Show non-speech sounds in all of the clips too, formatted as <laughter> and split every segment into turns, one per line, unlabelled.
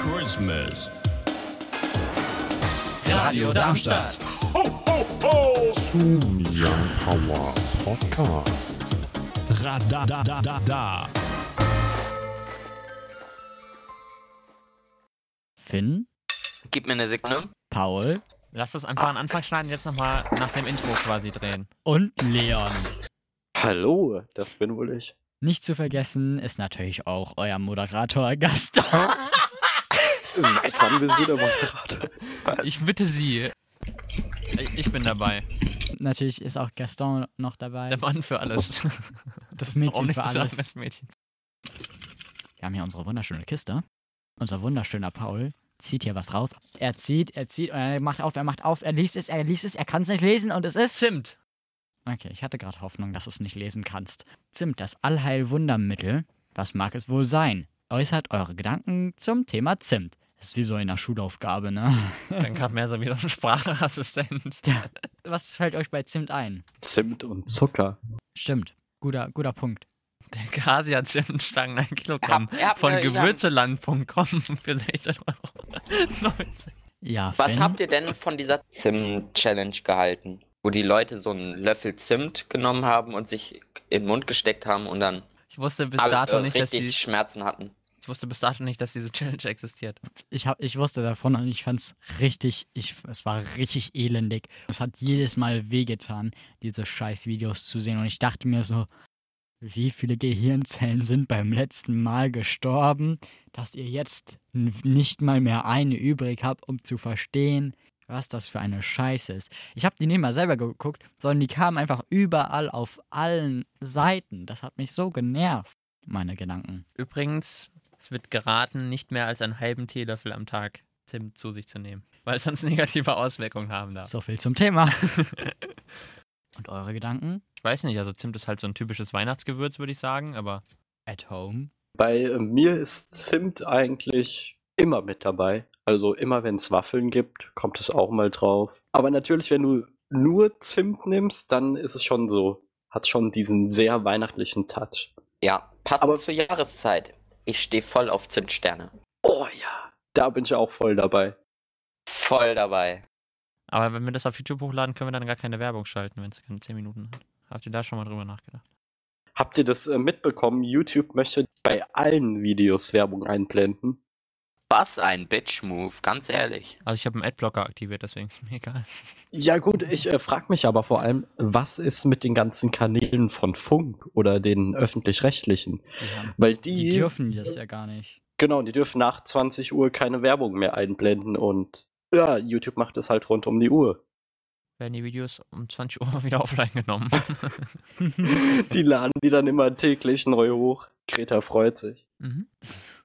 Christmas. Radio Darmstadt.
Zum Young Power Podcast.
Radadadadada. da, da, da, da.
Finn,
Gib mir eine Sekunde.
Paul
Lass das einfach an den Anfang schneiden, jetzt nochmal nach dem Intro quasi drehen.
und Leon.
Hallo, das bin wohl ich.
Nicht zu vergessen ist natürlich auch euer Moderator Gaston.
Seit wann bist du der Moderator?
Ich bitte Sie. Ich ich bin dabei.
Natürlich ist auch Gaston noch dabei.
Der Mann für alles.
Das
Warum
Mädchen
nicht
für
sagen,
alles.
das Mädchen?
Wir haben hier unsere wunderschöne Kiste. Unser wunderschöner Paul zieht hier was raus. Er zieht, er zieht und er macht auf, er macht auf, er liest es, er liest es, er kann es nicht lesen und es ist.
Zimt.
Okay, ich hatte gerade Hoffnung, dass du es nicht lesen kannst. Zimt, das Allheilwundermittel. Was mag es wohl sein? Äußert eure Gedanken zum Thema Zimt. Das ist wie so in einer Schulaufgabe, ne? <laughs>
Dann gerade mehr so wie so ein Sprachassistent.
Was fällt euch bei Zimt ein?
Zimt und Zucker.
Stimmt. Guter, guter Punkt.
Der Gasia Zimtstangen, ein Kilogramm.
Er hat
Von
mir-
gewürzeland.com für 16 Euro.
Ja,
Was
Finn,
habt ihr denn von dieser Zimt-Challenge gehalten? Wo die Leute so einen Löffel Zimt genommen haben und sich in den Mund gesteckt haben und dann
Ich wusste bis
alle
dato
äh,
nicht, dass
richtig
die, ich
Schmerzen hatten.
wusste bis dato nicht, dass diese Challenge existiert.
ich, hab, ich wusste davon und ich fand's richtig, ich, es war richtig elendig. Es hat jedes Mal wehgetan, diese scheiß Videos zu sehen. Und ich dachte mir so, wie viele Gehirnzellen sind beim letzten Mal gestorben, dass ihr jetzt n- nicht mal mehr eine übrig habt, um zu verstehen, was das für eine Scheiße ist. Ich habe die nicht mal selber geguckt, sondern die kamen einfach überall auf allen Seiten. Das hat mich so genervt, meine Gedanken.
Übrigens, es wird geraten, nicht mehr als einen halben Teelöffel am Tag Zimt zu sich zu nehmen, weil es sonst <laughs> negative Auswirkungen haben darf.
So viel zum Thema. <laughs> Und eure Gedanken?
Ich weiß nicht, also Zimt ist halt so ein typisches Weihnachtsgewürz, würde ich sagen, aber
At home.
Bei äh, mir ist Zimt eigentlich immer mit dabei. Also immer wenn es Waffeln gibt, kommt es auch mal drauf. Aber natürlich, wenn du nur Zimt nimmst, dann ist es schon so. Hat schon diesen sehr weihnachtlichen Touch.
Ja, passend
Aber-
zur Jahreszeit. Ich stehe voll auf Zimtsterne.
Oh ja, da bin ich auch voll dabei.
Voll dabei.
aber wenn wir das auf YouTube hochladen, können wir dann gar keine Werbung schalten, wenn es keine 10 Minuten hat. Habt ihr da schon mal drüber nachgedacht?
Habt ihr das äh, mitbekommen? YouTube möchte bei allen Videos Werbung einblenden.
Was ein Bitch-Move, ganz ehrlich.
Also ich habe einen Adblocker aktiviert, deswegen ist mir egal.
Ja gut, ich äh, frage mich aber vor allem, was ist mit den ganzen Kanälen von Funk oder den öffentlich-rechtlichen? Weil die,
Die dürfen das ja gar nicht.
genau, die dürfen nach 20 Uhr keine Werbung mehr einblenden und ja, YouTube macht es halt rund um die Uhr. <laughs>
Werden die Videos um 20 Uhr <laughs> wieder offline genommen.
Die laden die dann immer täglich neu hoch. Greta freut sich.
mhm. <laughs>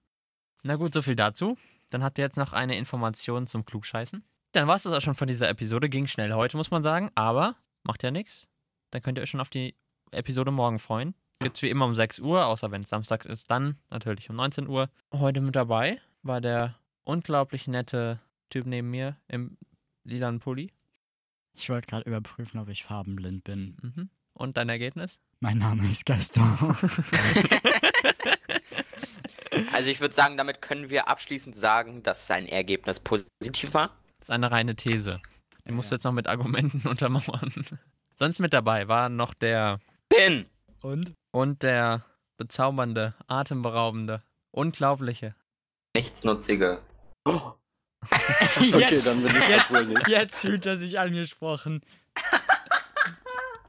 Na gut, so viel dazu. Dann habt ihr jetzt noch eine Information zum Klugscheißen. Dann war es das auch schon von dieser Episode. Ging schnell heute, muss man sagen, aber macht ja nichts. Dann könnt ihr euch schon auf die Episode morgen freuen. Gibt's wie immer um 6 Uhr, außer wenn es Samstag ist, dann natürlich um 19 Uhr. Heute mit dabei war der unglaublich nette Typ neben mir im lilanen Pulli.
Ich wollte gerade überprüfen, ob ich farbenblind bin.
Mhm. Und dein Ergebnis?
Mein Name ist <laughs> Gaston.
Also ich würde sagen, damit können wir abschließend sagen, dass sein Ergebnis positiv war.
Das ist eine reine These. Die musst du
Ja.
jetzt noch mit Argumenten <laughs> untermauern. Sonst mit dabei waren noch der
Bin!
Und?
und der bezaubernde, atemberaubende, unglaubliche.
Nichtsnutzige.
Oh, okay,
Jetzt,
dann bin ich das wohl nicht.
jetzt fühlt er sich angesprochen.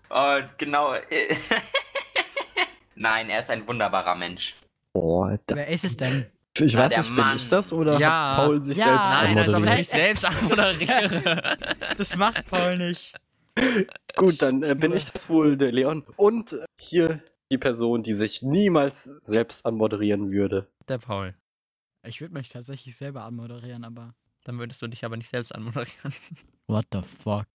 Und genau. <laughs> Nein, er ist ein wunderbarer Mensch.
<laughs> Oh, da,
Wer ist es denn?
ich
Na,
weiß
der
nicht, bin
Mann.
ich das oder
Ja.
hat Paul sich
Ah, Ja.
selbst
Nein, also als ob ich
anmoderiert?
mich
<laughs>
selbst anmoderiere.
Das macht Paul nicht.
Gut, dann äh, bin ich das wohl, der Leon. Und äh, hier die Person, die sich niemals selbst anmoderieren würde.
Der Paul.
Ich würde mich tatsächlich selber anmoderieren, aber.
Dann würdest du dich aber nicht selbst anmoderieren.
What the fuck?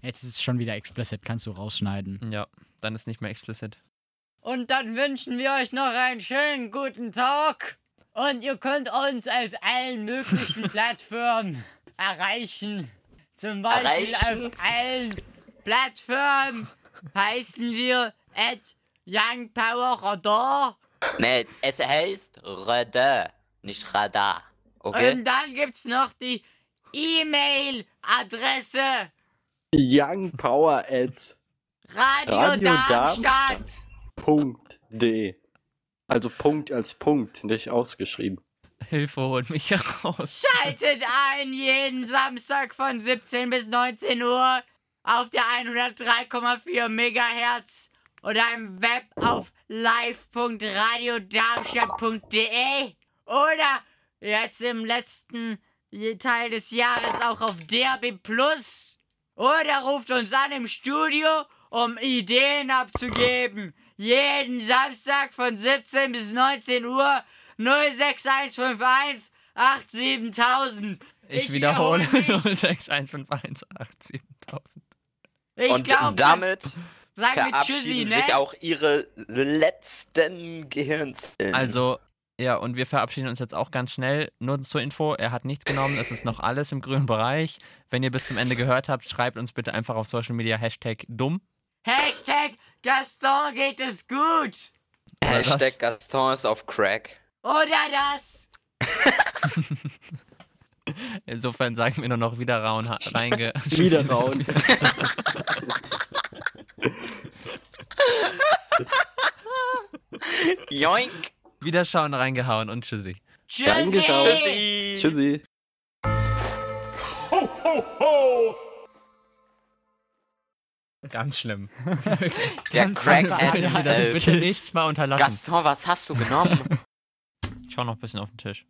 Jetzt ist es schon wieder explicit, kannst du rausschneiden.
Ja, dann ist nicht mehr explicit.
Und dann wünschen wir euch noch einen schönen guten Tag. Und ihr könnt uns auf allen möglichen Plattformen erreichen. Zum Beispiel
Erreichen?
auf allen Plattformen heißen wir at Young Power Radar.
Nee, es, es heißt Radar, nicht Radar. Okay?
Und dann gibt's noch die E-Mail-Adresse
Young Power at
Radio,
Radio
Darmstadt.
Darmstadt. Punkt D. Also Punkt als Punkt, nicht ausgeschrieben.
Hilfe, holt mich hier raus.
Schaltet ein jeden Samstag von 17 bis 19 Uhr auf der 103,4 Megahertz oder im Web auf live.radiodarmstadt.de oder jetzt im letzten Teil des Jahres auch auf DRB Plus oder ruft uns an im Studio, um Ideen abzugeben. Jeden Samstag von 17 bis 19 Uhr 06151 87000.
Ich,
Ich
wiederhole
wiederhole mich.
0615187000.
Ich
und
glaube,
damit
sagen wir Tschüssi,
verabschieden
ne?
sich auch ihre letzten Gehirnzellen.
Also, ja, und wir verabschieden uns jetzt auch ganz schnell. Nur zur Info, er hat nichts genommen, es ist noch alles im grünen Bereich. Wenn ihr bis zum Ende gehört habt, schreibt uns bitte einfach auf Social Media Hashtag dumm.
Hashtag Gaston geht es gut.
Oder das.
Hashtag Gaston ist auf Crack.
Oder das?
Insofern sagen wir nur noch wieder <laughs> raun reinge.
Wieder rauen.
Joink!
Wiederschauen reingehauen und tschüssi.
Reingeschaut.
Tschüssi.
Tschüssi.
Ganz schlimm.
Der
Ganz
Crack
einfach
and
alles.
Das ist
self.
bitte nächstes Mal unterlassen.
Gaston, was hast du genommen?
Ich schau noch ein bisschen auf den Tisch.